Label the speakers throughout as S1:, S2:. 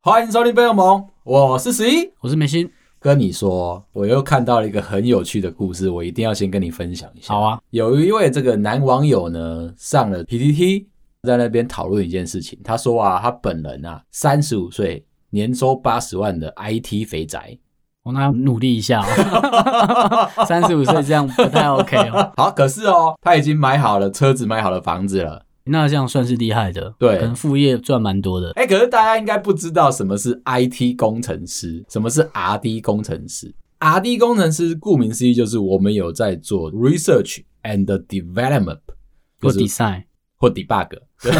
S1: 欢迎收听贝尔蒙，我是十一。
S2: 我是梅心。
S1: 跟你说，我又看到了一个很有趣的故事，我一定要先跟你分享一下。
S2: 好啊，
S1: 有一位这个男网友呢，上了 PTT，在那边讨论一件事情。他说啊，他本人啊，三十五岁，年收八十万的 IT 肥宅。
S2: 我那要努力一下、 哦，三十五岁这样不太 OK 哦。
S1: 好，可是哦，他已经买好了车子，买好了房子了。
S2: 那这样算是厉害的，
S1: 对
S2: 可能副业赚蛮多的。
S1: 哎、可是大家应该不知道什么是 IT 工程师，什么是 RD 工程师。RD 工程师顾名思义就是我们有在做 research and development，
S2: 做
S1: 就是
S2: design
S1: 或 debug，对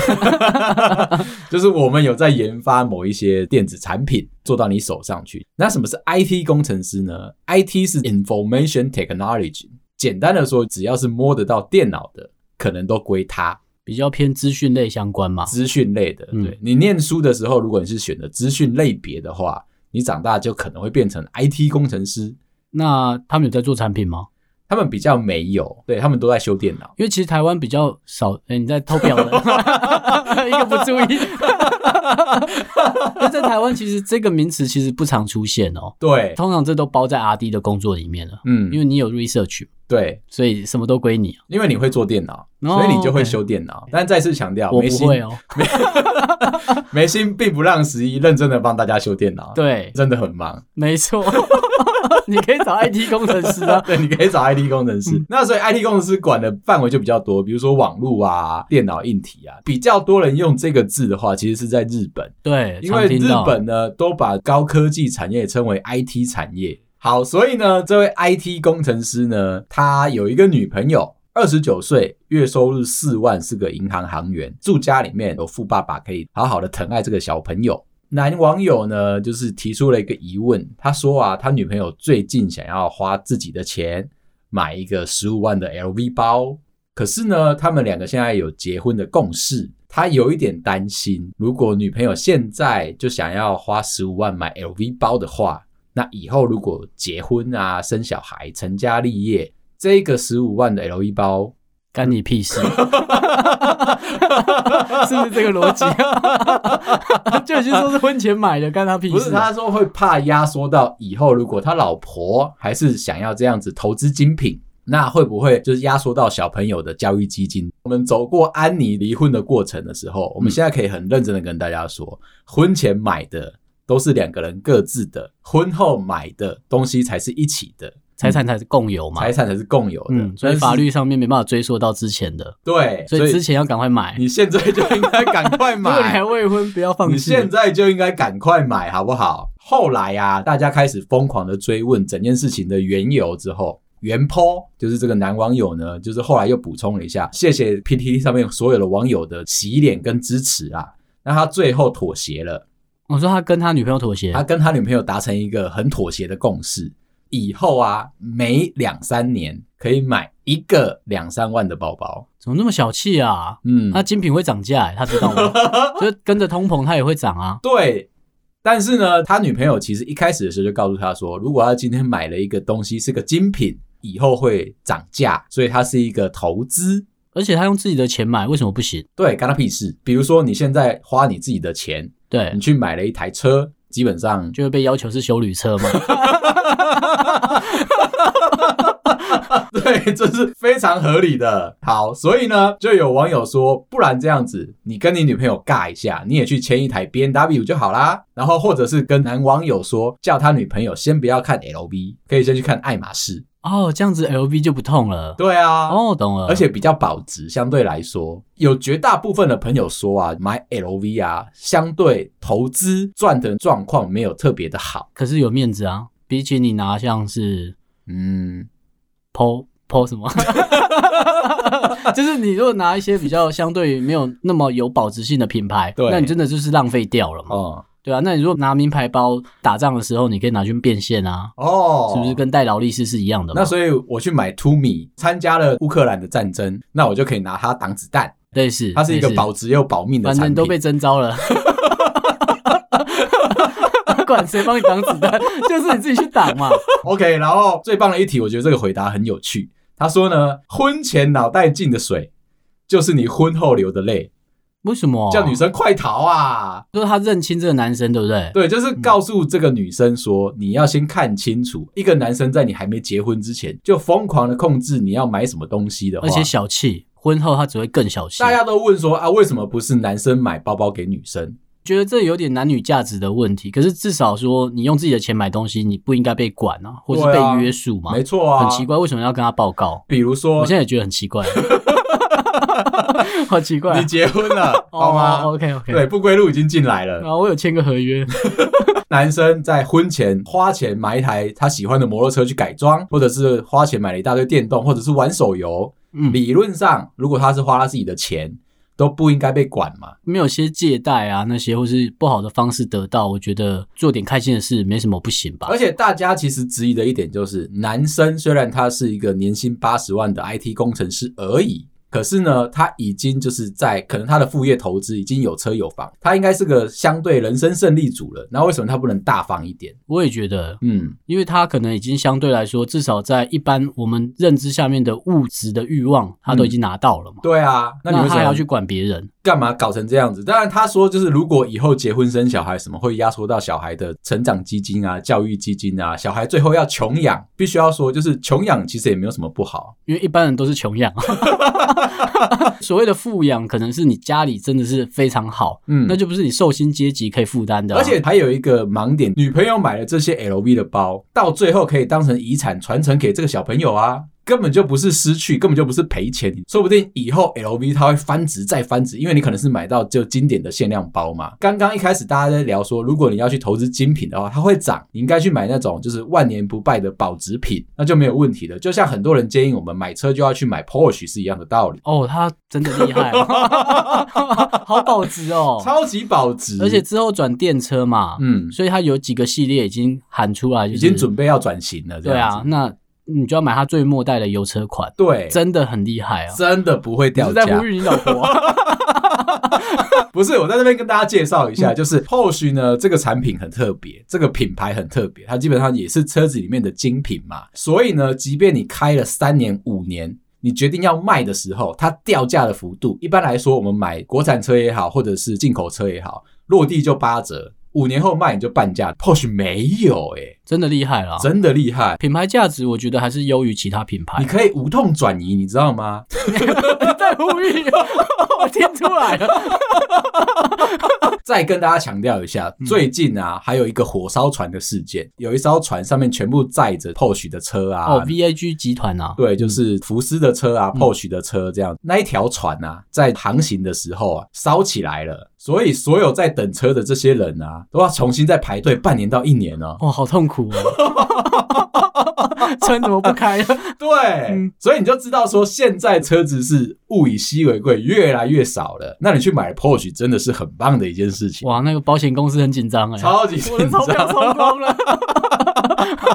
S1: 就是我们有在研发某一些电子产品做到你手上去。那什么是 IT 工程师呢？IT 是 information technology，简单的说，只要是摸得到电脑的，可能都归它。
S2: 比较偏资讯类相关嘛，
S1: 资讯类的，
S2: 嗯
S1: 对你念书的时候，如果你是选择资讯类别的话，你长大就可能会变成 IT 工程师。
S2: 那他们有在做产品吗？
S1: 他们比较没有，对他们都在修电脑。
S2: 因为其实台湾比较少，哎、你在偷 表了，一个不注意。那在台湾其实这个名词其实不常出现哦，
S1: 对，
S2: 通常这都包在 R D 的工作里面了，
S1: 嗯，
S2: 因为你有 research，
S1: 对，
S2: 所以什么都归你。啊
S1: 因为你会做电脑，
S2: 哦
S1: 所以你就会
S2: OK
S1: 修电脑。但再次强调，
S2: 我
S1: 啊梅
S2: 不
S1: 心
S2: 会哦，
S1: 梅心 并不让十一认真的帮大家修电脑，，
S2: 对，
S1: 真的很 忙。
S2: 没错，你可以找 IT 工程师 啊。
S1: 对，你可以找 IT 工程
S2: 嗯
S1: 师。那所以 IT 工程师管的范围就比较多，比如说网络啊、电脑硬体啊，比较多人用这个字的话，其实是在日本。
S2: 对，
S1: 因为
S2: 常听
S1: 日
S2: 到
S1: 本呢都把高科技产业称为 IT 产业。好，所以呢，这位 IT 工程师呢，他有一个女朋友，二十九岁，月收入四万，是个银行行员，住家里面有富爸爸可以好好的疼爱这个小朋友。男网友呢，就是提出了一个疑问，他说啊，他女朋友最近想要花自己的钱买一个十五万的 LV 包，可是呢，他们两个现在有结婚的共识，他有一点担心，如果女朋友现在就想要花十五万买 LV 包的话，那以后如果结婚啊、生小孩、成家立业，这个十五万的 LV 包，
S2: 干你屁 事，是不是这个逻辑？ 就已经说是婚前买的，干他屁事。
S1: 不是他说会怕压缩到以后，如果他老婆还是想要这样子投资精品。那会不会就是压缩到小朋友的教育基金？我们走过安妮离婚的过程的时候，我们现在可以很认真的跟大家说，婚前买的都是两个人各自的，婚后买的东西才是一起的，
S2: 财产才是共有嘛
S1: 财，产才是共有的。
S2: 嗯，所
S1: 但
S2: 以
S1: 是
S2: 法律上面没办法追溯到之前的，
S1: 对，
S2: 所以之前要赶快买。
S1: 你现在就应该赶快
S2: 如果你还
S1: 买，
S2: 未婚，不要放
S1: 你
S2: 弃。
S1: 现在就应该赶快买，好不好？后来啊，大家开始疯狂的追问整件事情的缘由之后，原 po 就是这个男网友呢，就是后来又补充了一下，谢谢 PTT 上面所有的网友的洗脸跟支持啊。那他最后妥协了，
S2: 我说他跟他女朋友妥协
S1: 他，跟他女朋友达成一个很妥协的共识，以后啊，每两三年可以买一个两三万的包包。
S2: 怎么那么小气啊？
S1: 嗯，
S2: 他精品会涨价，欸他知 道吗？就跟着通膨，他也会涨啊。
S1: 对，但是呢，他女朋友其实一开始的时候就告诉他说，如果他今天买了一个东西是个精品，以后会涨价，所以它是一个投资。
S2: 而且他用自己的钱买，为什么不行？
S1: 对，干他屁事。比如说，你现在花你自己的钱，
S2: 对
S1: 你，去买了一台车，基本上
S2: 就会被要求是修旅车嘛。
S1: 对，这是非常合理的。好，所以呢，就有网友说，不然这样子，你跟你女朋友尬一下，你也去签一台 B N W 就好啦。然后或者是跟男网友说，叫他女朋友先不要看 L V，可以先去看爱马仕。
S2: 哦，这样子 LV 就不痛了。
S1: 对啊，
S2: 哦，懂了。
S1: 而且比较保值，相对来说，有绝大部分的朋友说啊，买 LV 啊，相对投资赚的状况没有特别的好。
S2: 可是有面子啊，比起你拿像是
S1: 嗯，
S2: PO PO 什么，就是你如果拿一些比较相对于没有那么有保值性的品牌，
S1: 对
S2: 那你真的就是浪费掉了嘛，
S1: 哦
S2: 对啊，那你如果拿名牌包打仗的时候，你可以拿去变现啊，
S1: 哦，
S2: 是不是跟戴劳力士是一样的嘛？
S1: 那所以我去买 t o m i 参加了乌克兰的战争，那我就可以拿它挡子弹。
S2: 类似，
S1: 它是一个
S2: 类 似
S1: 保值又保命的
S2: 反
S1: 产品。
S2: 正都被征召了。管谁帮你挡子弹，就是你自己去挡嘛。
S1: OK，然后最棒的一题，我觉得这个回答很有趣。他说呢，婚前脑袋进的水，就是你婚后流的泪，
S2: 为什么？
S1: 叫女生快逃啊！
S2: 就是他认清这个男生，对不对？
S1: 对，就是告诉这个女生说，你要先看清楚，一个男生在你还没结婚之前，就疯狂的控制你要买什么东西的话，
S2: 而且小气，婚后他只会更小气。
S1: 大家都问说啊，为什么不是男生买包包给女生？
S2: 觉得这有点男女价值的问题，可是至少说你用自己的钱买东西，你不应该被管啊，或是
S1: 对啊
S2: 被约束嘛。
S1: 没错啊，
S2: 很奇。怪，为什么要跟他报告？
S1: 比如说
S2: 我，现在也觉得很 奇怪，好奇怪啊、
S1: 你结婚 了，好吗？
S2: o k 哦 OK，哦
S1: 对，不归路已经进来了。
S2: 然后我有签个合约，
S1: 男生在婚前花钱买一台他喜欢的摩托车去改装，或者是花钱买了一大堆电动，或者是玩手游，
S2: 嗯，
S1: 理论上如果他是花他自己的钱，都不应该被管嘛。
S2: 没有些借贷啊那些，或是不好的方式得到，我觉得做点开心的事没什么不行吧
S1: 而。且大家其实质疑的一点就是，男生虽然他是一个年薪八十万的 IT 工程师而已。可是呢，他已经就是在可能他的副业投资已经有车有房，他应该是个相对人生胜利组了。那为什么他不能大方一点？
S2: 我也觉得，
S1: 嗯，
S2: 因为他可能已经相对来说，至少在一般我们认知下面的物质的欲望，他都已经拿到了嘛。
S1: 对啊，嗯那你为什
S2: 他
S1: 么
S2: 还要去管别人？
S1: 干嘛搞成这样子？当然，他说就是如果以后结婚生小孩，什么会压缩到小孩的成长基金啊、教育基金啊，小孩最后要穷养，必须要说就是穷养其实也没有什么不好。
S2: 因为一般人都是穷养， 所谓的富养，可能是你家里真的是非常好，
S1: 嗯，
S2: 那就不是你寿星阶级可以负担的啊、
S1: 而且还有一个盲点，女朋友买了这些 LV 的包，到最后可以当成遗产传承给这个小朋友啊。根本就不是失去，根本就不是赔钱，说不定以后 LV 它会翻值再翻值，因为你可能是买到就经典的限量包嘛。刚刚一开始大家在聊说，如果你要去投资精品的话，它会涨，你应该去买那种就是万年不败的保值品，那就没有问题的。就像很多人建议我们买车就要去买 Porsche 是一样的道理，
S2: 哦，他真的厉害、哦 好保值哦。
S1: 超级保值，
S2: 而且之后转电车嘛，
S1: 嗯，
S2: 所以他有几个系列已经喊出来，就
S1: 已
S2: 是、
S1: 经准备要转型了，这
S2: 对
S1: 样子
S2: 啊，，那你就要买他最末代的油车款，
S1: 对，
S2: 真的很厉害啊！
S1: 真的不会
S2: 你
S1: 掉
S2: 是在
S1: 价
S2: 呼。吁你老 婆、啊？
S1: 不是，我在这边跟大家介绍一
S2: 嗯
S1: 下，就是后续呢，这个产品很特别，这个品牌很特别，它基本上也是车子里面的精品嘛。所以呢，即便你开了三年、五年。你决定要卖的时候，它掉价的幅度，一般来说，我们买国产车也好，或者是进口车也好，落地就八折，五年后卖你就半价。Porsche 没有、欸，
S2: 真的厉害啦！
S1: 真的厉害，
S2: 品牌价值我觉得还是优于其他品
S1: 你
S2: 牌。
S1: 可以无痛转移，你知道吗？
S2: 在呼吁，我听出 来了。
S1: 再跟大家强调一下，
S2: 嗯
S1: 最近啊，还有一个火烧船的事件，有一艘船上面全部载着 Porsche 的车啊，
S2: 哦，VAG 嗯集团啊，
S1: 对，就是福斯的车啊、p o r s c h e 的车这样。那一条船啊，在航行的时候啊，烧起来了，所以所有在等车的这些人啊，都要重新再排队半年到一年 哦。
S2: 哦，好痛苦哦。车怎么不开了？
S1: 对，
S2: 嗯
S1: 所以你就知道说，现在车子是物以稀为贵，越来越少了。那你去买 Porsche 真的是很棒的一件事情。
S2: 哇，那个保险公司很紧张哎，
S1: 超级紧
S2: 我的钞
S1: 张
S2: 票，抽光了。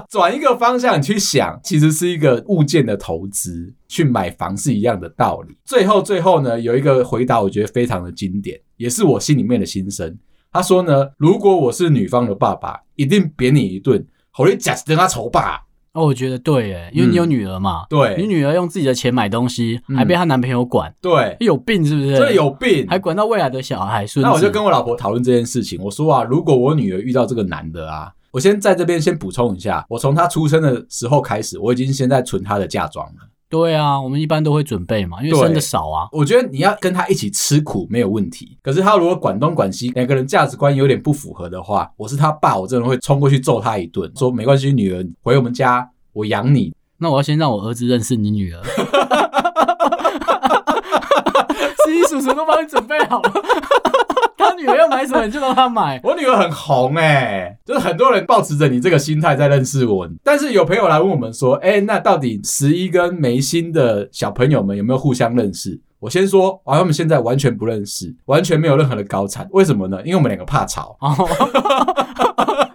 S1: 转一个方向你去想，其实是一个物件的投资，去买房是一样的道理。最后最后呢，有一个回答我觉得非常的经典，也是我心里面的心声。他说呢，如果我是女方的爸爸，一定扁你一顿，吼你假跟他仇爸。
S2: 哦，我觉得对哎，因为你有
S1: 嗯
S2: 女儿嘛，你
S1: 对
S2: 女儿用自己的钱买东西，
S1: 嗯
S2: 还被她男朋友管，
S1: 对，
S2: 有病是不是？
S1: 真的有病。
S2: 还管到未来的小孩孙子。
S1: 那我就跟我老婆讨论这件事情，我说啊，如果我女儿遇到这个男的啊，我先在这边先补充一下，我从她出生的时候开始，我已经先在存她的嫁妆了。
S2: 对啊，我们一般都会准备嘛，因为
S1: 对
S2: 生的少啊。
S1: 我觉得你要跟他一起吃苦没有问题，可是他如果管东管西，两个人价值观有点不符合的话，我是他爸，我真的会冲过去揍他一顿，说没关系，女儿回我们家，我养你。
S2: 那我要先让我儿子认识你 女儿。司机叔叔都帮你准备好了，他女儿要买什么你就让他买。
S1: 我女儿很红哎、就是很多人抱持着你这个心态在认识我。但是有朋友来问我们说，哎、那到底十一跟梅心的小朋友们有没有互相认识？我先说，啊，他们现在完全不认识，完全没有任何的高产，为什么呢？因为我们两个怕吵。
S2: 哦，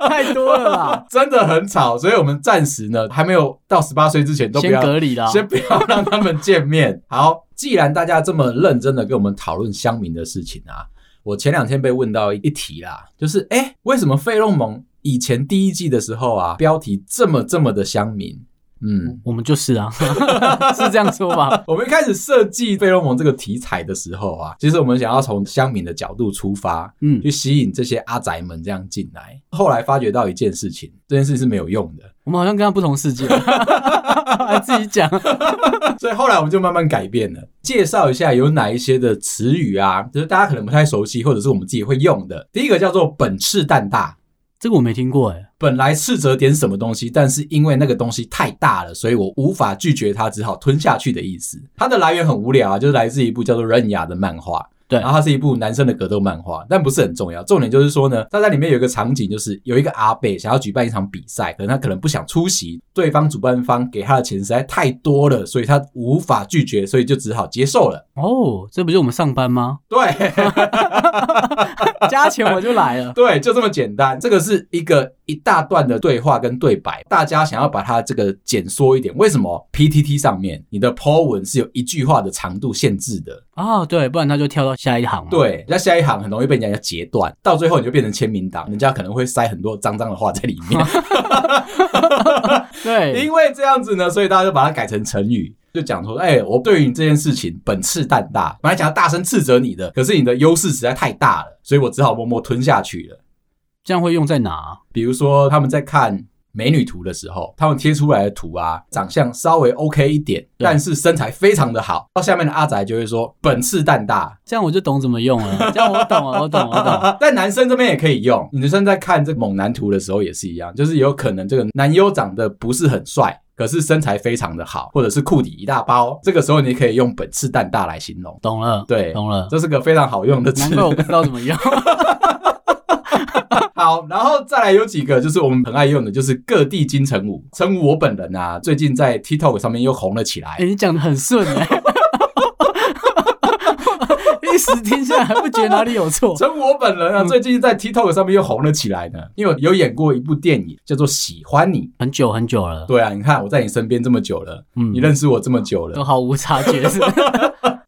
S2: 太多了啦，
S1: 真的很吵，所以我们暂时呢还没有到十八岁之前都不
S2: 先
S1: 要
S2: 隔离啦。
S1: 先不要让他们见面。好，既然大家这么认真的跟我们讨论乡民的事情啊，我前两天被问到一题啦，就是哎、诶为什么费洛蒙？以前第一季的时候啊，标题这么这么的乡民，嗯，
S2: 我们就是啊， 是这样说吧？
S1: 我们一开始设计费洛蒙这个题材的时候啊，其实我们想要从乡民的角度出发，
S2: 嗯
S1: 去，吸引这些阿宅们这样进来。后来发觉到一件事情，这件事情是没有用的，
S2: 我们好像跟他不同世界，还自己讲。
S1: 所以后来我们就慢慢改变了。介绍一下有哪一些的词语啊，就是大家可能不太熟悉，或者是我们自己会用的。第一个叫做“本斥蛋大”，
S2: 这个我没听过哎，
S1: 本来斥责点什么东西，但是因为那个东西太大了，所以我无法拒绝它，只好吞下去的意思。它的来源很无聊啊，就是来自一部叫做《刃牙》的漫画。
S2: 对
S1: 然后它是一部男生的格斗漫画，但不是很重要。重点就是说呢，它在里面有一个场景，就是有一个阿贝想要举办一场比赛，可能他可能不想出席，对方主办方给他的钱实在太多了，所以他无法拒绝，所以就只好接受了。
S2: 哦，这不就我们上班吗？
S1: 对，
S2: 加钱我就来了。
S1: 对，就这么简单。这个是一个一大段的对话跟对白，大家想要把它这个简缩一点。为什么 PTT 上面你的 po 文是有一句话的长度限制的？
S2: 啊、对，不然他就跳到下一行嘛。
S1: 对，那下一行很容易被人家截断，到最后你就变成签名档，人家可能会塞很多脏脏的话在里面。
S2: 对，
S1: 因为这样子呢，所以大家就把它改成成语。就讲说，哎、我对于你这件事情本斥蛋大，本来想要大声斥责你的，可是你的优势实在太大了，所以我只好默默吞下去了。
S2: 这样会用在哪？
S1: 比如说他们在看美女图的时候，他们贴出来的图啊，长相稍微 OK 一点，
S2: 对
S1: 但是身材非常的好。到下面的阿宅就会说本次蛋大，
S2: 这样我就懂怎么用 了。这样我懂了，我懂，哦我懂。
S1: 但男生这边也可以用。女生在看这猛男图的时候也是一样，就是有可能这个男优长得不是很帅。可是身材非常的好，或者是裤底一大包，这个时候你可以用“本次蛋大”来形容，
S2: 懂了，
S1: 对
S2: 懂了。
S1: 这是个非常好用的
S2: 难
S1: 词
S2: 怪。我不知道怎么用。
S1: 好，然后再来有几个就是我们很爱用的，就是各地金城武。城武我本人啊，最近在 TikTok 上面又红了起来
S2: 哎、。你讲的很顺哎、 一时听下来不觉得哪里有错。
S1: 陈我本人啊，
S2: 嗯
S1: 最近在 TikTok 上面又红了起来呢，因为有演过一部电影叫做《喜欢你》。
S2: 很久很久了，
S1: 对啊，你看我在你身边这么久了，
S2: 嗯哦
S1: 你认识我这么久
S2: 都
S1: 了。
S2: 毫无察 觉是吧。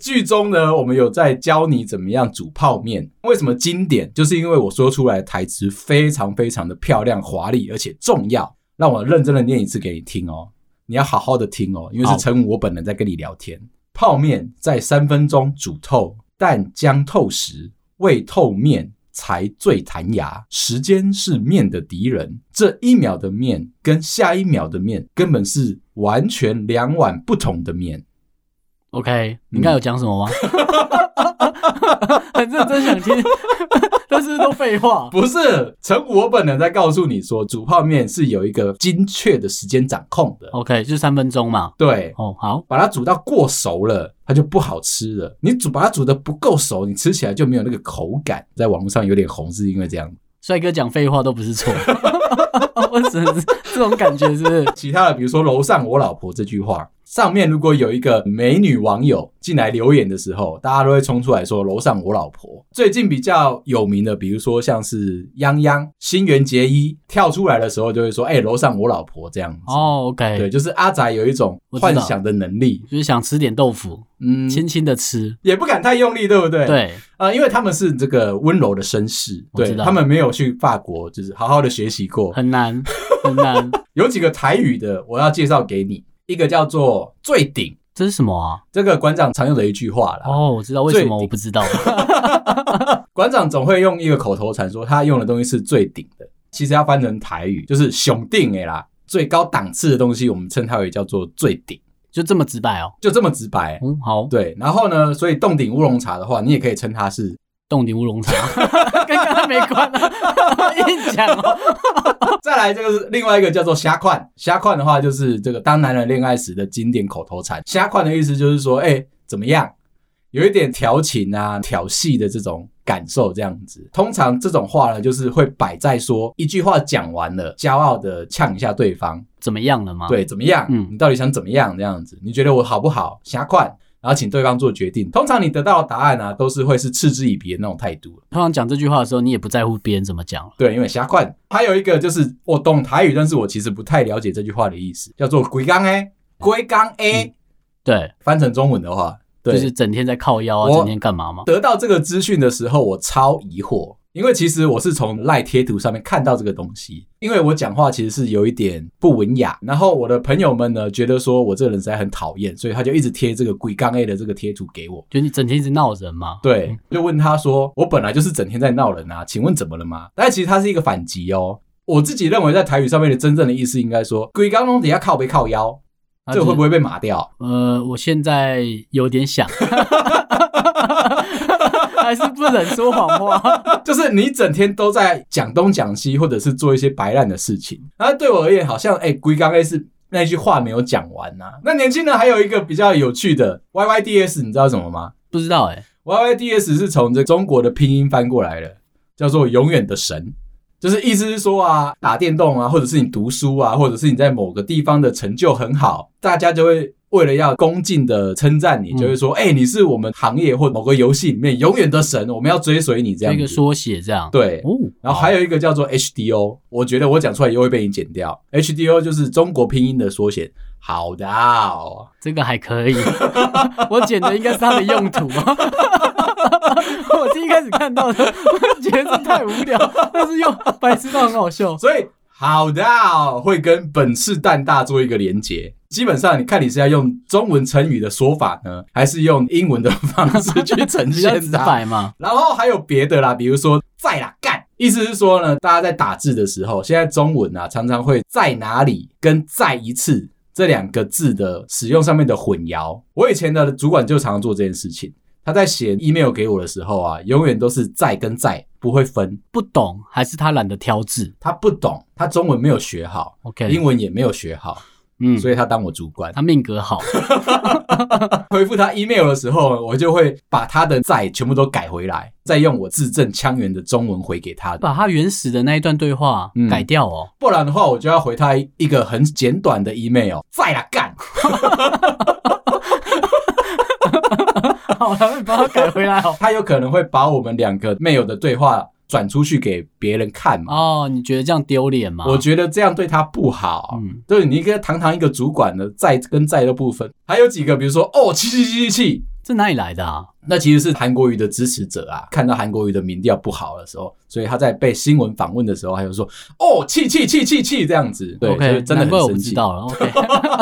S1: 剧中呢，我们有在教你怎么样煮泡面。为什么经典？就是因为我说出来的台词非常非常的漂亮、华丽，而且重要。让我认真的念一次给你听哦，你要好好的听哦，因为
S2: 好
S1: 是陈武我本人在跟你聊天。泡面在三分钟煮透，但将透时未透面才最弹牙。时间是面的敌人，这一秒的面跟下一秒的面根本是完全两碗不同的面。
S2: OK，你刚才有讲什么吗？ 很认真想听，但是都废话。
S1: 不是，陈武我本人在告诉你说，煮泡面是有一个精确的时间掌控的。
S2: OK，就三分钟嘛。
S1: 对，
S2: 哦，好，
S1: 把它煮到过熟了，它就不好吃了。你煮把它煮的不够熟，你吃起来就没有那个口感。在网络上有点红，是因为这样。
S2: 帅哥讲废话都不是 错。 我只能是这种感觉是不是？
S1: 其他的，比如说“楼上我老婆”这句话，上面如果有一个美女网友进来留言的时候，大家都会冲出来说“楼上我老婆”。最近比较有名的，比如说像是泱泱、新垣结衣跳出来的时候，就会说“哎、楼上我老婆”这样子。
S2: 哦，OK、o
S1: 对，
S2: k
S1: 就是阿宅有一种
S2: 我知道
S1: 幻想的能力，
S2: 就是想吃点豆腐，
S1: 嗯，
S2: 轻轻的吃。
S1: 也不敢太用力，对不对？，
S2: 对，
S1: 啊，因为他们是这个温柔的绅士，
S2: 我
S1: 对
S2: 知道
S1: 他们没有去法国，就是好好的学习过。
S2: 很 难，很难。
S1: 有几个台语的，我要介绍给你，一个叫做“最顶
S2: 这是什么啊？”，
S1: 这个馆长常用的一句话啦。
S2: 哦，我知道为
S1: 最
S2: 什么
S1: 顶
S2: 我不知道。
S1: 馆长总会用一个口头禅说他用的东西是最顶的，其实要翻成台语就是“熊定”哎啦，最高档次的东西，我们称它为叫做“最顶
S2: 就这么直白哦”，。
S1: 就这么直白。
S2: 嗯，好，
S1: 对，然后呢，所以冻顶乌龙茶的话，你也可以称它是
S2: 冻顶乌龙茶 跟刚才没关 啊，硬讲哦。
S1: 再来，这个是另外一个叫做“瞎款”。瞎款的话，就是这个当男人恋爱时的经典口头禅。瞎款的意思就是说，哎、怎么样？有一点调情啊、调戏的这种感受，这样子。通常这种话呢，就是会摆在说一句话讲完了，骄傲的呛一下对方，
S2: 怎么样了吗？，
S1: 对，怎么样？
S2: 嗯
S1: 你到底想怎么样？这样子，你觉得我好不好？瞎款，然后请对方做决定。通常你得到的答案啊，都是会是嗤之以鼻的那种态度。
S2: 通常讲这句话的时候，你也不在乎别人怎么讲了。
S1: 对，因为瞎看。还有一个就是我懂台语，但是我其实不太了解这句话的意思，叫做“龟缸 A”。龟缸 A、
S2: 对，
S1: 翻成中文的话，对，
S2: 就是整天在靠腰啊，
S1: 我
S2: 整天干嘛嘛？
S1: 得到这个资讯的时候，我超疑惑。因为其实我是从赖贴图上面看到这个东西，因为我讲话其实是有一点不文雅，然后我的朋友们呢觉得说我这个人实在很讨厌，所以他就一直贴这个鬼刚 A 的这个贴图给我。
S2: 就你整天一直闹人嘛。
S1: 对，就问他说：“我本来就是整天在闹人啊，请问怎么了吗？”但其实它是一个反击哦。我自己认为在台语上面的真正的意思应该说“鬼刚弄底下靠背靠腰”，
S2: 啊
S1: 这个会不？
S2: 就
S1: 会被码掉？
S2: 是呃，我现在有点想， 还是不能说谎话。
S1: 就是你整天都在讲东讲西，或者是做一些白烂的事情。然后对我而言，好像哎，龟刚 A 是那句话没有讲完呐、那年轻人还有一个比较有趣的 YYDS，你知道什么吗
S2: 不知道哎、
S1: ？YYDS 是从这中国的拼音翻过来的，叫做“永远的神”。就是意思是说啊，打电动啊，或者是你读书啊，或者是你在某个地方的成就很好，大家就会为了要恭敬的称赞你，
S2: 嗯
S1: 就会说，哎、你是我们行业或某个游戏里面永远的神，我们要追随你这
S2: 这
S1: 样
S2: 一个
S1: 子。
S2: 缩写这样。
S1: 对，
S2: 哦，
S1: 然后还有一个叫做 HDO，我觉得我讲出来又会被你剪掉。HDO 就是中国拼音的缩写，好的、哦。
S2: 这个还可以， 我捡的应该是它的用途吧。 我第一开始看到的，我觉得这太无聊，但是又白痴到很好笑。
S1: 所以好的、哦、会跟本次蛋大做一个连结。基本上，你看你是要用中文成语的说法呢，还是用英文的方式去呈
S2: 比较
S1: 现
S2: 直
S1: 它？
S2: 白嘛，
S1: 然后还有别的啦，比如说在啦干，意思是说呢，大家在打字的时候，现在中文啊常常会在哪里跟再一次这两个字的使用上面的混淆。我以前的主管就常常做这件事情，他在写 email 给我的时候啊，永远都是在跟在不会分，
S2: 不懂还是他懒得挑字。
S1: 他不懂，他中文没有学好，英
S2: OK，
S1: 文也没有学好，
S2: 嗯，
S1: 所以他当我主管。
S2: 他命格好，
S1: 回复他 email 的时候，我就会把他的在全部都改回来，再用我字正腔圆的中文回给他。
S2: 把他原始的那一段对话
S1: 嗯
S2: 改掉 哦。
S1: 不然的话，我就要回他一个很简短的 email，在啦干。
S2: 好了，你帮他改回来哦。
S1: 他有可能会把我们两个 mail 的对话转出去给别人看嘛？
S2: 哦，你觉得这样丢脸吗？
S1: 我觉得这样对他不好。
S2: 啊嗯，
S1: 对你一个堂堂一个主管的在跟在都不分，还有几个比如说哦气气气气气，
S2: 这哪里来的啊？
S1: 那其实是韩国瑜的支持者啊，看到韩国瑜的民调不好的时候，所以他在被新闻访问的时候，他就说哦气气气气气这样子，对
S2: o k
S1: 所以真的
S2: 难怪我
S1: 很
S2: 不
S1: 生
S2: 知
S1: 气。
S2: 道了。OK，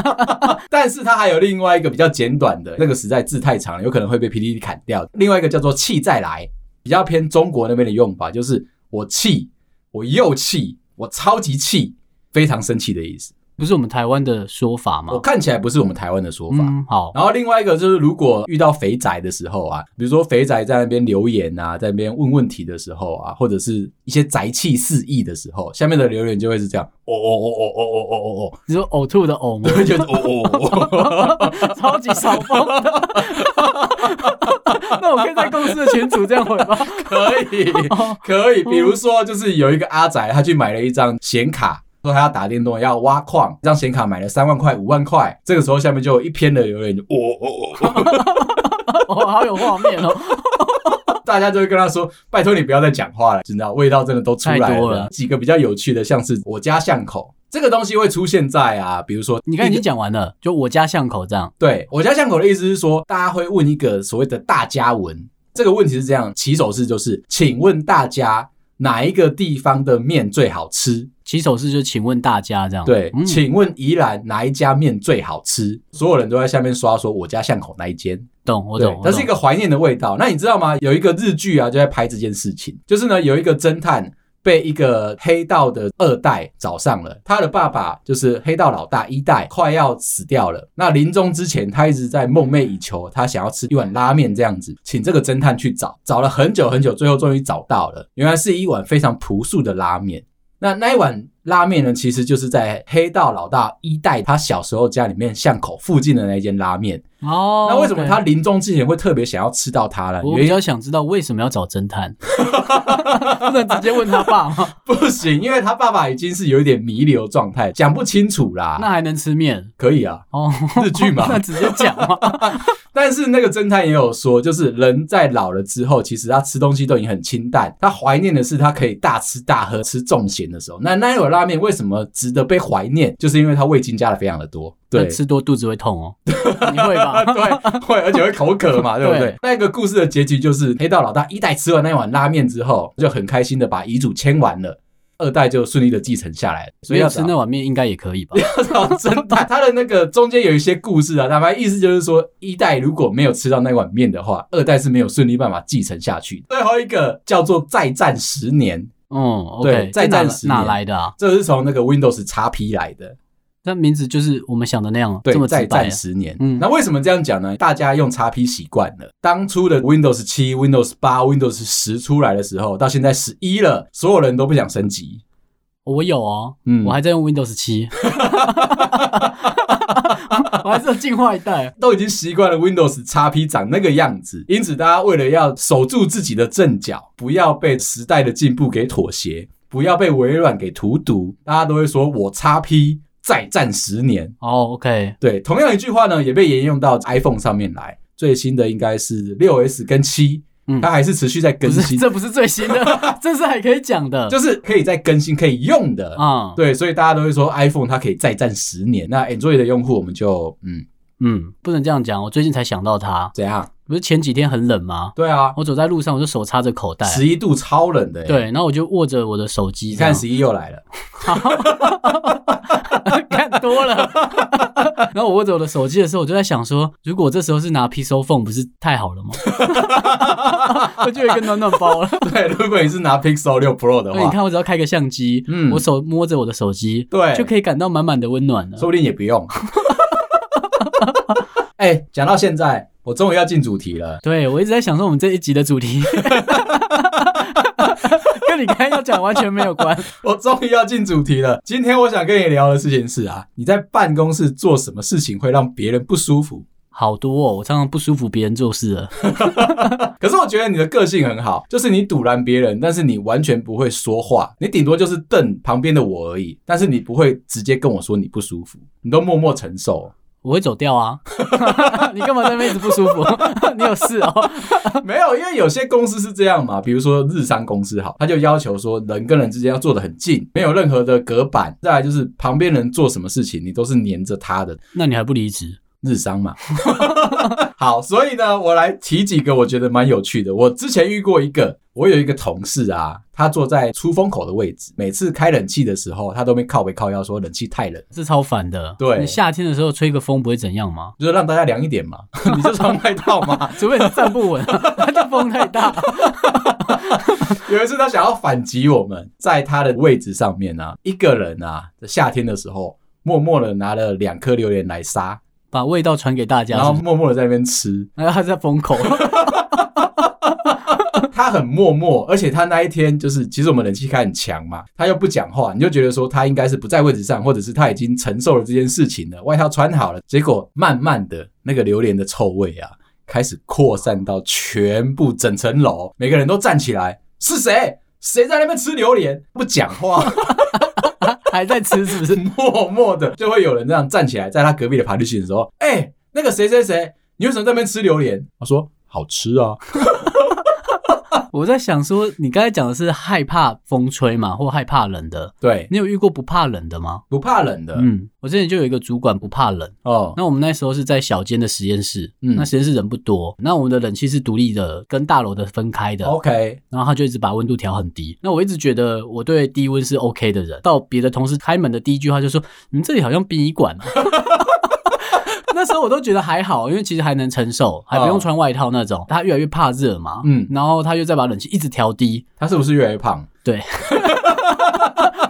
S1: 但是它还有另外一个比较简短的，那个实在字太长了，有可能会被 PDD 砍掉。另外一个叫做“气再来”，比较偏中国那边的用法，就是我气，我又气，我超级气，非常生气的意思。
S2: 不是我们台湾的说法吗
S1: 我？看起来不是我们台湾的说法。
S2: 嗯，好，
S1: 然后另外一个就是，如果遇到肥宅的时候啊，比如说肥宅在那边留言啊，在那边问问题的时候啊，或者是一些宅气四溢的时候，下面的留言就会是这样：哦哦哦哦哦哦哦哦哦，
S2: 你说呕吐的呕吗？
S1: 对，就是哦 哦哦哦。
S2: 超级少风的。 那我可以在公司的群组这样回吗？
S1: 可以， 可以。比如说，就是有一个阿宅，他去买了一张显卡，说他要打电动，要挖矿，这张显卡买了三万块、五万块。这个时候，下面就有一篇的留言，就哦哦哦
S2: 哦，好有画面哦。
S1: 哦，大家就会跟他说：“拜托你不要再讲话了，你知道味道真的都出来
S2: 太多了
S1: 几个比较有趣的，像是我家巷口这个东西会出现在啊，比如说
S2: 你看已
S1: 一个
S2: 经讲完了，就我家巷口这样。
S1: 对我家巷口的意思是说，大家会问一个所谓的大家文。这个问题是这样，起手式就是，请问大家哪一个地方的面最好吃？
S2: 起手式就请问大家这样。
S1: 对，
S2: 嗯
S1: 请问宜兰哪一家面最好吃？所有人都在下面刷说我家巷口那一间，
S2: 懂我
S1: 对
S2: 懂。我
S1: 它
S2: 懂
S1: 是一个怀念的味道。那你知道吗？有一个日剧啊，就在拍这件事情，就是呢，有一个侦探被一个黑道的二代找上了，他的爸爸就是黑道老大一代，快要死掉了。那临终之前，他一直在梦寐以求，他想要吃一碗拉面这样子，请这个侦探去找，找了很久很久，最后终于找到了，原来是一碗非常朴素的拉面。那那一碗拉面呢，其实就是在黑道老大一代他小时候家里面巷口附近的那一间拉面。
S2: 哦。
S1: 那为什么
S2: OK
S1: 他？临终之前会特别想要吃到它呢？原
S2: 我比
S1: 因
S2: 较想知道为什么要找侦探，不能直接问他爸 吗？
S1: 不行，因为他爸爸已经是有一点弥留状态，讲不清楚啦。
S2: 那还能吃面
S1: 可以 啊，
S2: 哦？
S1: 日剧嘛
S2: 那直接讲嘛。
S1: 但是那个侦探也有说，就是人在老了之后，其实他吃东西都已经很清淡，他怀念的是他可以大吃大喝、吃重咸的时候。那那一碗拉面为什么值得被怀念？就是因为它味精加的非常的多。 对
S2: 那吃多肚子会 痛哦，你会吧？
S1: 对，会，而且会口渴 嘛，对不对
S2: 对？
S1: 那个故事的结局就是，黑道老大一代吃完那碗拉面之后，就很开心的把遗嘱签完了，二代就顺利的继承下来了。所
S2: 所
S1: 以
S2: 以
S1: 要
S2: 吃那碗面应该也可以 吧？
S1: 找侦探，他的那个中间有一些故事啊，大概意思就是说，一代如果没有吃到那碗面的话，二代是没有顺利办法继承下去的。最后一个叫做再战十年，
S2: 嗯
S1: 对
S2: ，OK，
S1: 再
S2: 这哪
S1: 战十
S2: 哪
S1: 年
S2: 来的啊？
S1: 这是从那个 Windows XP 来的。
S2: 那名字就是我们想的那样，
S1: 对
S2: 这，么
S1: 再
S2: 直白
S1: 战
S2: 啊。
S1: 十年。
S2: 嗯
S1: 那为什么这样讲呢？大家用 x P 习惯了。当初的 Windows 七、Windows 八、Windows 十出来的时候，到现在十一了，所有人都不想升级。
S2: 我有哦，
S1: 嗯
S2: 我还在用 Windows 七， 我还是有进化一代。
S1: 都已经习惯了 Windows x P 长那个样子，因此大家为了要守住自己的阵脚，不要被时代的进步给妥协，不要被微软给荼毒，大家都会说我 x P 再战十年。
S2: 哦，OK，
S1: 对，同样一句话呢，也被沿用到 iPhone 上面来。最新的应该是六 S 跟七、
S2: 嗯
S1: 它还是持续在更
S2: 不
S1: 新
S2: 是，。这不是最新的， 这是还可以讲的。
S1: 就是可以再更新、可以用的。
S2: 啊，
S1: 对，所以大家都会说 iPhone 它可以再战十年。那 Android 的用户，我们就嗯
S2: 嗯，不能这样讲。我最近才想到它，
S1: 怎样？
S2: 不是前几天很冷吗？
S1: 对啊，
S2: 我走在路上，我就手插着口袋，
S1: 十一度超冷的、欸。，
S2: 哦对，啊然后我就握着我的手机，
S1: 你看十一又来了。
S2: 看多了。 然后我握着我的手机的时候，我就在想说，如果我这时候是拿 Pixel Phone，不是太好了吗？ 我就有一个暖暖包了。
S1: 对，如果你是拿 Pixel 六 Pro 的
S2: 那你
S1: 话，
S2: 看，我只要开个相机，
S1: 嗯
S2: 我手摸着我的手机，
S1: 对
S2: 就可以感到满满的温暖了。
S1: 说不定也不用。 哎、讲到现在，我终于要进主题了。
S2: 对我一直在想说，我们这一集的 主题 跟你刚才要讲完全没有关。
S1: 我终于要进主题了。今天我想跟你聊的事情是啊，你在办公室做什么事情会让别人不舒服？
S2: 好多哦，我常常不舒服别人做事了。
S1: 可是我觉得你的个性很好，就是你堵拦别人，但是你完全不会说话，你顶多就是瞪旁边的我而已，但是你不会直接跟我说你不舒服，你都默默承受。
S2: 我会走掉啊！你干嘛在那边一直不舒服？ 你有事哦？
S1: 没有，因为有些公司是这样嘛，比如说日商公司好，他就要求说人跟人之间要坐得很近，没有任何的隔板。再来就是旁边人做什么事情，你都是黏着他的。
S2: 那你还不离职？
S1: 日商嘛。 好，所以呢，我来提几个我觉得蛮有趣的。我之前遇过一个，我有一个同事啊，他坐在出风口的位置，每次开冷气的时候，他都没靠背靠腰说冷气太冷，
S2: 是超烦的。
S1: 对
S2: 你夏天的时候吹个风不会怎样吗？
S1: 就是让大家凉一点嘛，你就穿外套嘛。
S2: 除非你站不稳、 啊，这风太大。
S1: 有一次他想要反击我们，在他的位置上面啊，一个人啊，在夏天的时候。默默的拿了两颗榴莲来杀，
S2: 把味道传给大家
S1: 然后
S2: 是不是，
S1: 默默的在那边吃。
S2: 然后他在风口，
S1: 他很默默，而且他那一天就是，其实我们冷气开很强嘛，他又不讲话，你就觉得说他应该是不在位置上，或者是他已经承受了这件事情了，外套穿好了，结果慢慢的那个榴莲的臭味啊，开始扩散到全部整层楼，每个人都站起来，是谁？谁在那边吃榴莲？不讲话，
S2: 还在吃，是不是？
S1: 默默的就会有人这样站起来，在他隔壁的爬地区的时候，哎、那个谁谁谁，你为什么在那边吃榴莲？我说好吃啊，
S2: 我在想说，你刚才讲的是害怕风吹嘛，或害怕冷的。
S1: 对，
S2: 你有遇过不怕冷的吗？
S1: 不怕冷的，
S2: 嗯，我之前就有一个主管不怕冷。
S1: 哦，
S2: 那我们那时候是在小间的实验室，
S1: 嗯
S2: 那实验室人不多，那我们的冷气是独立的，跟大楼的分开的。
S1: OK，
S2: 然后他就一直把温度调很低。那我一直觉得我对低温是 OK 的人，到别的同事开门的第一句话就说：“你们这里好像殡 仪馆、啊。”那时候我都觉得还好，因为其实还能承受，还不用穿外套那种。他越来越怕热嘛，
S1: 哦嗯
S2: 然后他又再把冷气一直调低，
S1: 他是不是越来越胖？
S2: 对，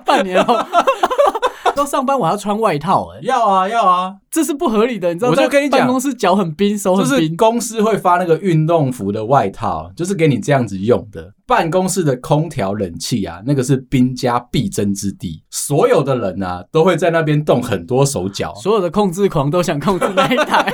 S2: 半年后 到上班我还要穿外套、欸，
S1: 要啊，要啊，
S2: 这是不合理的，你知道？
S1: 我就
S2: 在
S1: 跟你讲
S2: 办公室脚很冰，手
S1: 就
S2: 很
S1: 是
S2: 冰，
S1: 公司会发那个运动服的外套，就是给你这样子用的。办公室的空调、冷气啊，那个是兵家必争之地，所有的人啊都会在那边动很多手脚。啊
S2: 所有的控制狂都想控制那一台。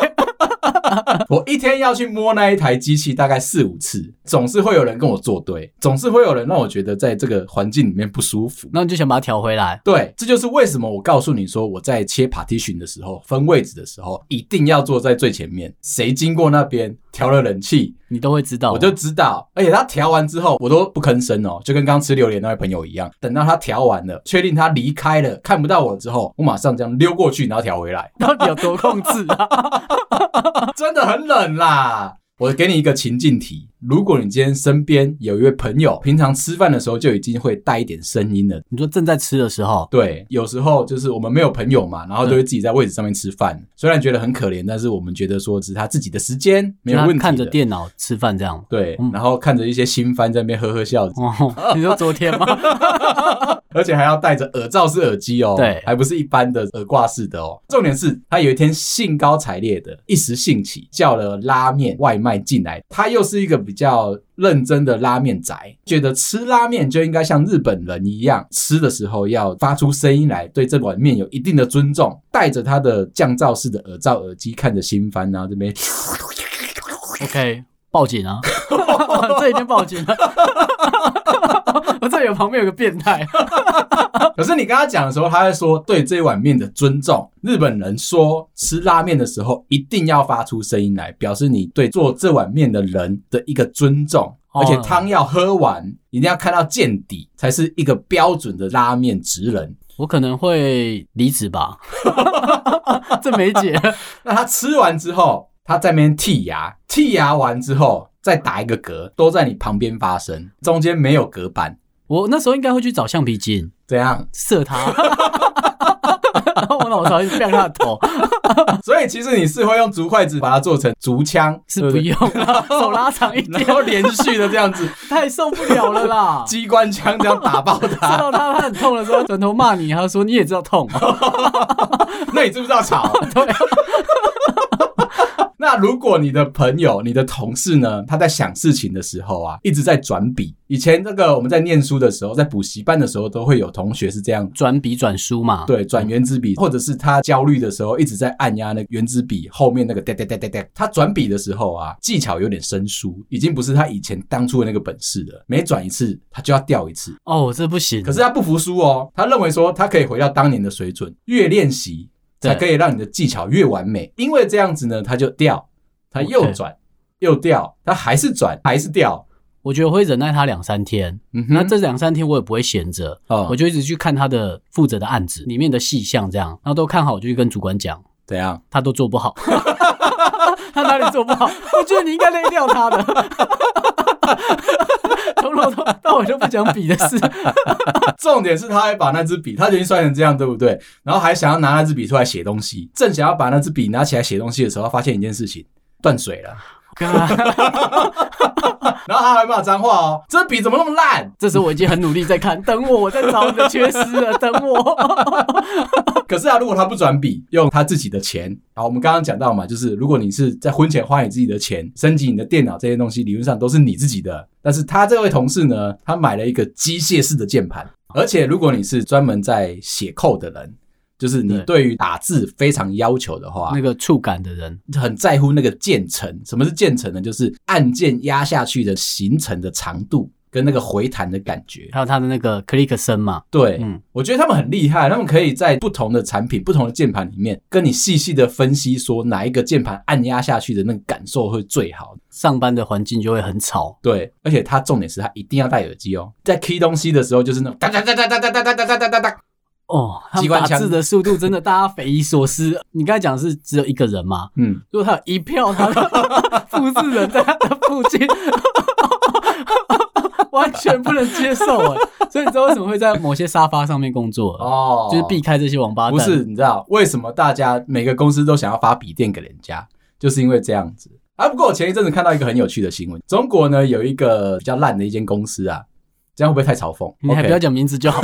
S1: 我一天要去摸那一台机器大概四五次，总是会有人跟我作对，总是会有人让我觉得在这个环境里面不舒服。
S2: 那你就想把它调回来。
S1: 对，这就是为什么我告诉你说，我在切 partition 的时候，分位置的时候，一定要坐在最前面。谁经过那边调了冷气，
S2: 你都会知道，
S1: 我就知道。而且他调完之后，我都不吭声哦，就跟刚吃榴莲那位朋友一样。等到他调完了，确定他离开了，看不到我之后，我马上这样溜过去，然后调回来。
S2: 到底有多控制啊？
S1: 真的很冷啦。我给你一个情境题：如果你今天身边有一位朋友，平常吃饭的时候就已经会带一点声音了，
S2: 你说正在吃的时候，
S1: 对，有时候就是我们没有朋友嘛，然后
S2: 嗯
S1: 都会自己在位置上面吃饭。虽然觉得很可怜，但是我们觉得说这是他自己的时间，没有问题
S2: 就
S1: 的。
S2: 他看着电脑吃饭这样。
S1: 对
S2: 嗯，
S1: 然后看着一些新番在那边呵呵笑，
S2: 哦， 你说昨天 吗？
S1: 而且还要戴着耳罩式耳机哦，
S2: 对
S1: 还不是一般的耳挂式的哦。重点是他有一天兴高采烈的，一时兴起叫了拉面外卖进来。他又是一个比较认真的拉面宅，觉得吃拉面就应该像日本人一样，吃的时候要发出声音来，对这碗面有一定的尊重。戴着他的降噪式的耳罩耳机，看着新番，然后这边
S2: OK，报警啊！ 这已经报警了。 我这里有旁边有个变 态，
S1: 可是你跟他讲的时候，他会说对这一碗面的尊重。日本人说吃拉面的时候一定要发出声音来，表示你对做这碗面的人的一个尊重。
S2: 哦
S1: 而且汤要喝完，一定要看到见底，才是一个标准的拉面职人。
S2: 我可能会离职吧。 这没解，
S1: 那他吃完之后，他在那边剔牙，剔牙完之后再打一个嗝，都在你旁边发生，中间没有隔板，
S2: 我那时候应该会去找橡皮筋
S1: 这 样。
S2: 射他。我脑勺一直撞他的头，
S1: 所以其实你是会用竹筷子把它做成竹枪，
S2: 是
S1: 对
S2: 不
S1: 对
S2: 用了，手拉长一
S1: 然
S2: 点，
S1: 后连续的这样子。
S2: 太受不了了啦。
S1: 机关枪这样打爆
S2: 射
S1: 他，
S2: 到他，他很痛的时候，转头骂你，他说你也知道痛、啊。
S1: 那你知不知道 吵？那如果你的朋友、你的同事呢，他在想事情的时候啊，一直在转笔。以前那个我们在念书的时候，在补习班的时候，都会有同学是这样，
S2: 转笔转书嘛，
S1: 对，转圆珠笔，或者是他焦虑的时候，一直在按压那个圆珠笔后面那个哒哒哒哒哒。他转笔的时候啊，技巧有点生疏，已经不是他以前当初的那个本事了。每转一次，他就要掉一次。
S2: 哦，这不行。
S1: 可是他不服输哦，他认为说他可以回到当年的水准，越练习
S2: 对
S1: 才可以让你的技巧越完美。因为这样子呢，他就掉，他又
S2: OK
S1: 转又掉，他还是转还是掉。
S2: 我觉得我会忍耐他两三天，
S1: 嗯
S2: 那这两三天我也不会闲着，
S1: 哦
S2: 我就一直去看他的负责的案子里面的细项，这样，然后都看好，我就去跟主管讲，
S1: 怎样？
S2: 他都做不 好，他哪里做不好？我觉得你应该累掉他的。 从头到尾都不讲笔的事，
S1: 啊重点是他还把那支笔，他已经摔成这样，对不对？然后还想要拿那支笔出来写东西，正想要把那支笔拿起来写东西的时候，他发现一件事情。断水了，
S2: God，
S1: 然后他还骂脏话哦，这笔怎么那么烂？
S2: 这时候我已经很努力在看，等我，我在找你的缺失了，等我。
S1: 可是啊，如果他不转笔，用他自己的钱，好，我们刚刚讲到嘛，就是如果你是在婚前花你自己的钱升级你的电脑这些东西，理论上都是你自己的。但是他这位同事呢，他买了一个机械式的键盘，
S2: 啊
S1: 而且如果你是专门在写扣的人，就是你
S2: 对
S1: 对于打字非常要求的话
S2: 那，个触感的人，
S1: 很在乎那个键程。什么是键程呢？就是按键压下去的行程的长度跟那个回弹的感觉。
S2: 还有他的那个 click 声嘛，
S1: 对，
S2: 嗯
S1: 我觉得他们很厉害，他们可以在不同的产品、不同的键盘里面，跟你细细的分析说哪一个键盘按压下去的那个感受会最好。
S2: 上班的环境就会很吵，
S1: 对，而且它重点是它一定要戴耳机哦，在 key 东西的时候就是那种哒哒哒哒哒哒哒哒哒哒哒哒，
S2: 哦，他
S1: 机
S2: 们
S1: 关
S2: 打
S1: 枪
S2: 字的速度真的大家匪夷所思。你刚才讲的是只有一个人吗？
S1: 嗯，
S2: 如果他有一票他 的复制人在他的附近， 完全不能接受哎。所以你知道为什么会在某些沙发上面工作？
S1: 哦，
S2: 就是避开这些王八蛋。
S1: 不是，你知道为什么大家每个公司都想要发笔电给人家，就是因为这样子。啊，不过我前一阵子看到一个很有趣的新闻，中国呢有一个比较烂的一间公司啊，这样会不会太嘲讽？
S2: 你还
S1: OK
S2: 不要讲名字就 好，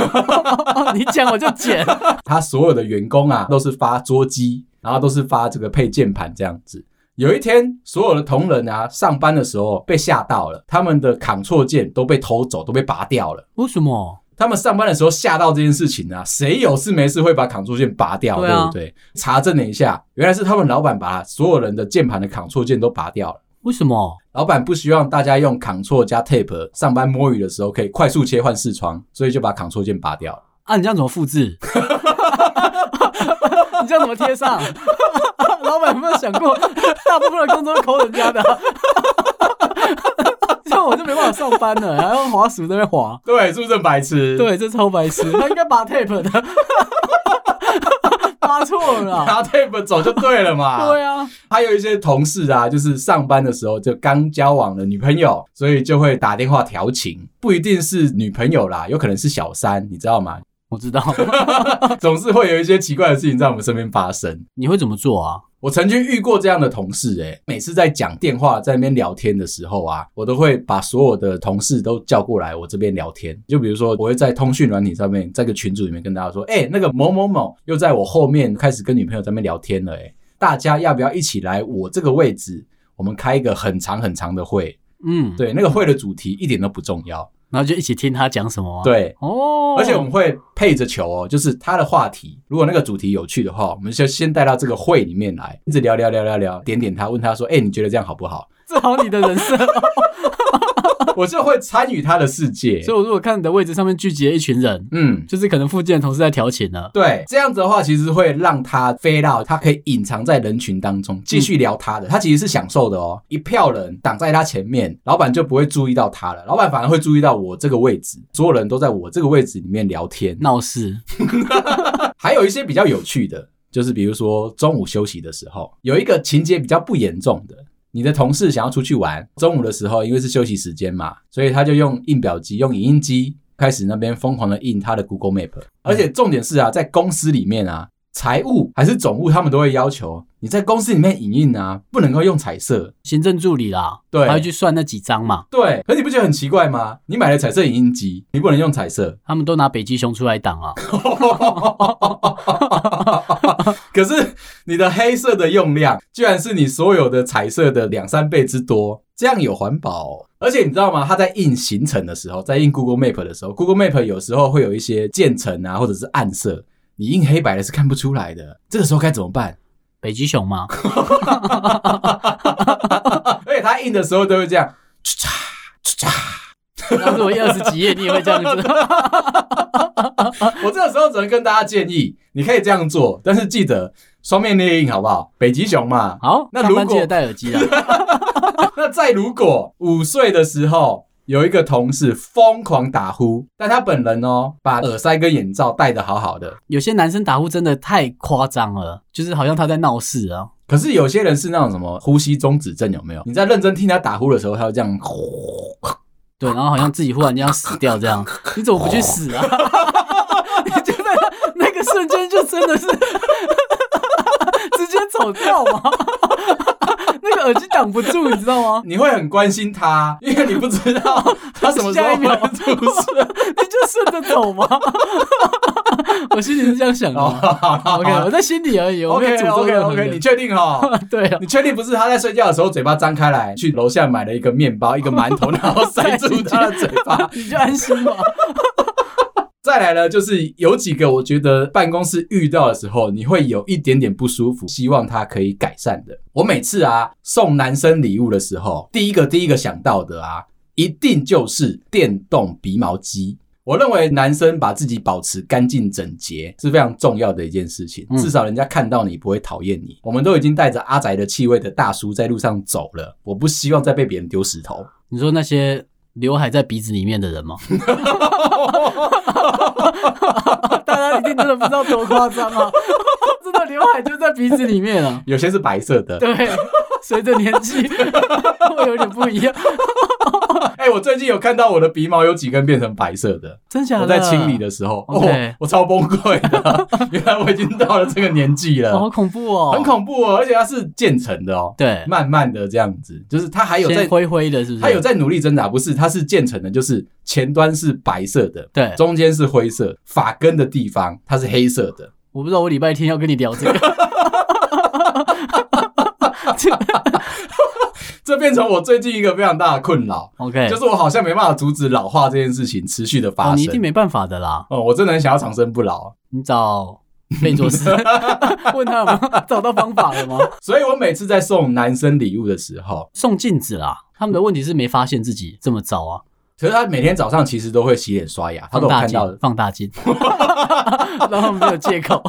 S2: 你讲我就剪。
S1: 他所有的员工啊都是发桌机，然后都是发这个配键盘这样子。有一天，所有的同仁啊上班的时候被吓到了，他们的 Ctrl 键都被偷走，都被拔掉了。
S2: 为什么？
S1: 他们上班的时候吓到这件事情啊，谁有事没事会把 Ctrl 键拔掉，
S2: 对啊
S1: 不对？查证了一下，原来是他们老板把所有人的键盘的 Ctrl 键都拔掉了。
S2: 为什么？
S1: 老板不希望大家用 Ctrl 加 Tab 上班摸鱼的时候可以快速切换视窗，所以就把 Ctrl 键拔掉了。
S2: 啊，你这样怎么复制？ 你这样怎么贴上？ 老板有没有想过，大部分的工作都抠人家的、 啊？像我就没办法上班了，还要滑鼠在那边滑。
S1: 对，是不是很白痴？，
S2: 对，这超白痴，他应 该拔 tape 的，拔错了 啦。
S1: 拿 Tab 走就对了嘛。
S2: 对啊，
S1: 还有一些同事啊，就是上班的时候就刚交往了女朋友，所以就会打电话调情，不一定是女朋友啦，有可能是小三，你知道吗？
S2: 我知道。
S1: 总是会有一些奇怪的事情在我们身边发生。
S2: 你会怎么做啊？
S1: 我曾经遇过这样的同事、欸，诶，每次在讲电话在那边聊天的时候啊，我都会把所有的同事都叫过来我这边聊天。就比如说，我会在通讯软体上面，在个群组里面跟大家说，诶、那个某某某又在我后面开始跟女朋友在那边聊天了、欸，诶，大家要不要一起来我这个位置？我们开一个很长很长的会，
S2: 嗯，，
S1: 对，那个会的主题一点都不重要，
S2: 然后就一起听他讲什么、啊。，
S1: 对，
S2: 哦，
S1: 而且我们会配着球哦，就是他的话题，如果那个主题有趣的话，我们就先带到这个会里面来，一直聊聊聊聊聊，点点他，问他说：“哎、你觉得这样好不好
S2: 治好你的人 生。？”
S1: 我就会参与他的世界。
S2: 所以，我如果看你的位置上面聚集了一群人，
S1: 嗯，
S2: 就是可能附近的同事在调情呢。
S1: 对，这样子的话，其实会让他飞到，他可以隐藏在人群当中，继续聊他的。他其实是享受的哦，一票人挡在他前面，老板就不会注意到他了，老板反而会注意到我这个位置，所有人都在我这个位置里面聊天。
S2: 闹事，
S1: 还有一些比较有趣的，就是比如说中午休息的时候，有一个情节比较不严重的，你的同事想要出去玩，中午的时候因为是休息时间嘛，所以他就用印表机、用影印机开始那边疯狂的印他的 Google Map，而且重点是啊，在公司里面啊。财务还是总务，他们都会要求你在公司里面影印啊，不能够用彩色。
S2: 行政助理啦，
S1: 对
S2: 他会去算那几张嘛，
S1: 对，可是你不觉得很奇怪吗？你买了彩色影印机，你不能用彩色，
S2: 他们都拿北极熊出来挡啊，
S1: 可是你的黑色的用量，居然是你所有的彩色的两三倍之多，这样有环保哦、而且你知道吗？它在印行程的时候，在印 Google Map 的时候，Google Map 有时候会有一些渐层啊，或者是暗色，你印黑白的是看不出来的。这个时候该怎么办？
S2: 北极熊吗？
S1: 啊而且它印的时候都会这样， 唰唰唰
S2: 那是我一二十几页，你也会这样 子？
S1: 我这个时候只能跟大家建议，你可以这样做，但是记得双面列印好不好？北极熊嘛，
S2: 好，
S1: 那
S2: 上
S1: 如
S2: 班记
S1: 果
S2: 得戴耳机啊。
S1: 那再如果五岁的时候有一个同事疯狂打呼，但他本人哦，把耳塞跟眼罩戴得好好的。
S2: 有些男生打呼真的太夸张了，就是好像他在闹事啊。
S1: 可是有些人是那种什么呼吸中止症，有没有？你在认真听他打呼的时候，他会这样 呼，
S2: 对，然后好像自己忽然间要死掉这样，你怎么不去死啊？ 你就在那那个瞬间就真的是 直接走掉吗？ 那个耳机挡不住，你知道吗？
S1: 你会很关心他，因为你不知道 他什么时候
S2: 下一秒
S1: 会出 事。
S2: 你就顺着走吗？ 我心里是这样想的
S1: 哦，好
S2: 啊。
S1: 好好
S2: OK，我在心里而已，我没有
S1: OK
S2: 诅咒
S1: OK
S2: 任何
S1: OK，你
S2: 人。
S1: 确定 哈？
S2: 对啊，
S1: 你确定不是他在睡觉的时候嘴巴张开来，去楼下买了一个面包、一个馒 头，然后塞住他的嘴巴？
S2: 你就安心吧。
S1: 再来呢，就是有几个我觉得办公室遇到的时候，你会有一点点不舒服，希望它可以改善的。我每次啊送男生礼物的时候，第一个第一个想到的啊，一定就是电动鼻毛机。我认为男生把自己保持干净整洁是非常重要的一件事情，
S2: 嗯
S1: 至少人家看到你不会讨厌你。我们都已经带着阿宅的气味的大叔在路上走了，我不希望再被别人丢石头。
S2: 你说那些刘海在鼻子里面 的人吗？大家一定真的不知道多夸张 啊！真的刘海就在鼻子里面啊。
S1: 有些是白色的，
S2: 对，随着年 纪会有点不一样，
S1: 哎、我最近有看到我的鼻毛有几根变成白色的，
S2: 真假 的？
S1: 我在清理的时候，
S2: OK
S1: 哦，我超崩溃的， 原来我已经到了这个年纪
S2: 哦，好
S1: 了，
S2: 恐怖哦，
S1: 很。恐怖哦，而且它是渐层的哦，
S2: 对，
S1: 慢慢的这样子，就是它还有在
S2: 先，灰灰的，是不是？
S1: 它有在努力挣扎，不是，它是渐层的，就是前端是白色的，
S2: 对，
S1: 中间是灰色，发根的地方它是黑色的，
S2: 我不知道我礼拜天 要跟你聊这个。
S1: 这变成我最近一个非常大的困扰，
S2: OK，
S1: 就是我好像没办法阻止老化这件事情持续的发
S2: 哦，你一
S1: 生
S2: 定。没办法的啦。
S1: 哦，我真的很想要长生不老，
S2: 你找贝佐 斯问他有没有找到方法了吗？
S1: 所以我每次在送男生礼物的时候，
S2: 送镜子啦，他们的问题是没发现自己这么糟啊，
S1: 可是他每天早上其实都会洗脸刷牙，他
S2: 放
S1: 都有
S2: 大
S1: 看到
S2: 镜，
S1: 的。
S2: 放大镜， 然后没有借口。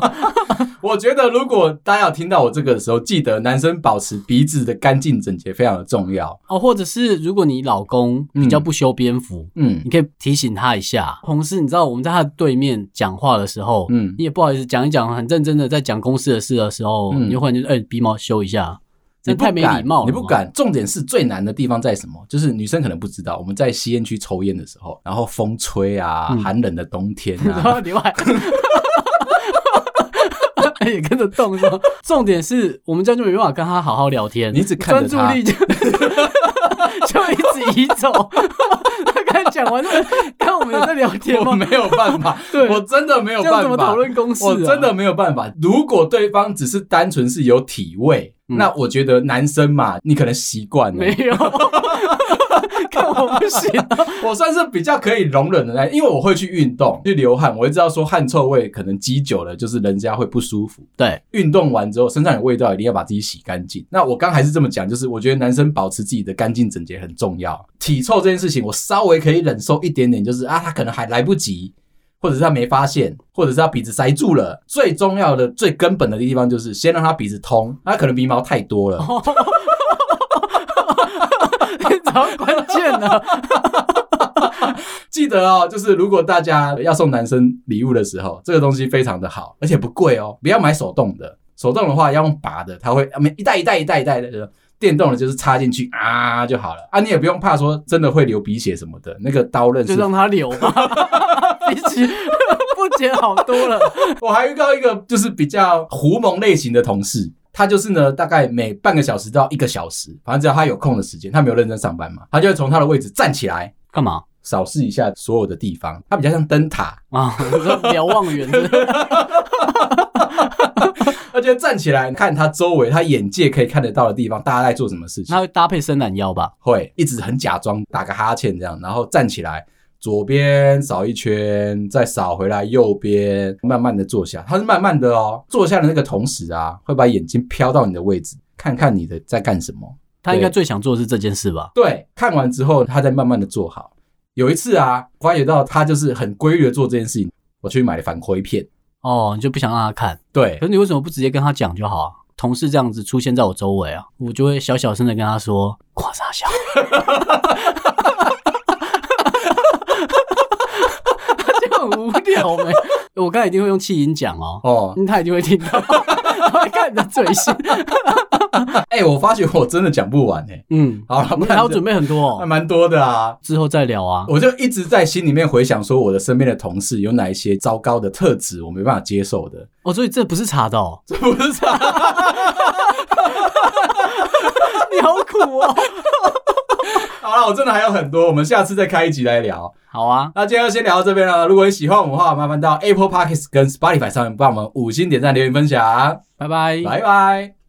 S1: 我觉得如果大家有听到我这个的时候，记得男生保持鼻子的干净整洁非常的重要。
S2: 哦，或者是如果你老公比较不修边幅，
S1: 嗯
S2: 你可以提醒他一下。同事，你知道我们在他的对面讲话的时候，
S1: 嗯
S2: 你也不好意思讲一讲，很认真的在讲公司的事的时候，
S1: 嗯
S2: 你就忽然就哎、鼻毛修一下，这
S1: 你不
S2: 太没
S1: 敢
S2: 礼貌了。
S1: 你不。敢。重点是最难的地方在什么？就是女生可能不知道，我们在吸烟区抽烟的时候，然后风吹啊，
S2: 嗯
S1: 寒冷的冬天
S2: 然 后
S1: 啊，
S2: 另外也跟着动是吗？重点是我们这样就没办法跟他好好聊天，
S1: 你一直看着
S2: 专注
S1: 他
S2: 力就 就一直移走。他刚才讲完了，看我们有在聊天
S1: 我
S2: 吗？
S1: 没有办法
S2: ，对
S1: 我真的没有
S2: 这样
S1: 办
S2: 怎么
S1: 法
S2: 讨。论公事、啊？
S1: 我真的没有办法。如果对方只是单纯是有体味，
S2: 嗯
S1: 那我觉得男生嘛，你可能习惯了
S2: 没。有，看我不行。
S1: 我算是比较可以容忍的那，因为我会去运动，去流汗，我会知道说汗臭味可能积久了，就是人家会不舒服。
S2: 对，
S1: 运动完之后，身上有味道，一定要把自己洗干净。那我刚还是这么讲，就是我觉得男生保持自己的干净整洁很重要。体臭这件事情，我稍微可以忍受一点点，就是啊，他可能还来不及，或者是他没发现，或者是他鼻子塞住了。最重要的、最根本的地方就是先让他鼻子通，他可能鼻毛太多了。
S2: 你 找到关键了。
S1: 记得哦，就是如果大家要送男生礼物的时候，这个东西非常的好，而且不贵哦，不要买手动的，手动的话要用拔的，它会啊没一袋一袋一袋一袋的。电动的就是插进去啊就好了啊，你也不用怕说真的会流鼻血什么的，那个刀刃。
S2: 就是让它流吧，比起不解好多了。
S1: 我还遇到一个就是比较狐獴类型的同事，他就是呢大概每半个小时到一个小时，反正只要他有空的时间，他没有认真上班嘛，他就会从他的位置站起来
S2: 干嘛
S1: 扫视一下所有的地方，他比较像灯塔，
S2: 啊？我说瞭 望远之类，
S1: 而且站起来看他周围，他眼界可以看得到的地方，大家在做什么事情
S2: 它，会搭配伸懒腰吧？
S1: 会一直很假装打个哈欠这样，然后站起来，左边扫一圈，再扫回来右边，慢慢的坐下。他是慢慢的哦，坐下的那个同时啊，会把眼睛飘到你的位置，看看你的在干什么。
S2: 他应该
S1: 对
S2: 最想做的是这件事吧？
S1: 对，看完之后，他再慢慢的坐好。有一次啊，发觉到他就是很规律的做这件事情，我去买了反灰片。
S2: 哦，你就不想让他看，
S1: 对
S2: 可，是你为什么不直接跟他讲就好啊？同事这样子出现在我周围啊，我就会小小声的跟他说：“夸傻 笑。”他就很无聊没？我刚才一定会用气音讲哦，
S1: 哦，
S2: 因为他一定会听到，他会看你的嘴型。
S1: 哎、我发觉我真的讲不完哎、
S2: 嗯，
S1: 好了，不
S2: 你
S1: 然
S2: 还要
S1: 这
S2: 准备很多
S1: 还
S2: 哦，
S1: 蛮多的啊。
S2: 之后再聊啊。
S1: 我就一直在心里面回想，说我的身边的同事有哪一些糟糕的特质，我没办法接受的。
S2: 哦，所以这不是查到、哦，
S1: 这不是差，
S2: 你好苦哦。
S1: 好了，我真的还有很多，我们下次再开一集来聊。
S2: 好啊，
S1: 那今天就先聊到这边了。如果你喜欢我们的话，麻烦到 Apple Podcast 跟 Spotify 上面帮我们五星点赞、留言、分享。
S2: 拜拜。
S1: 拜拜。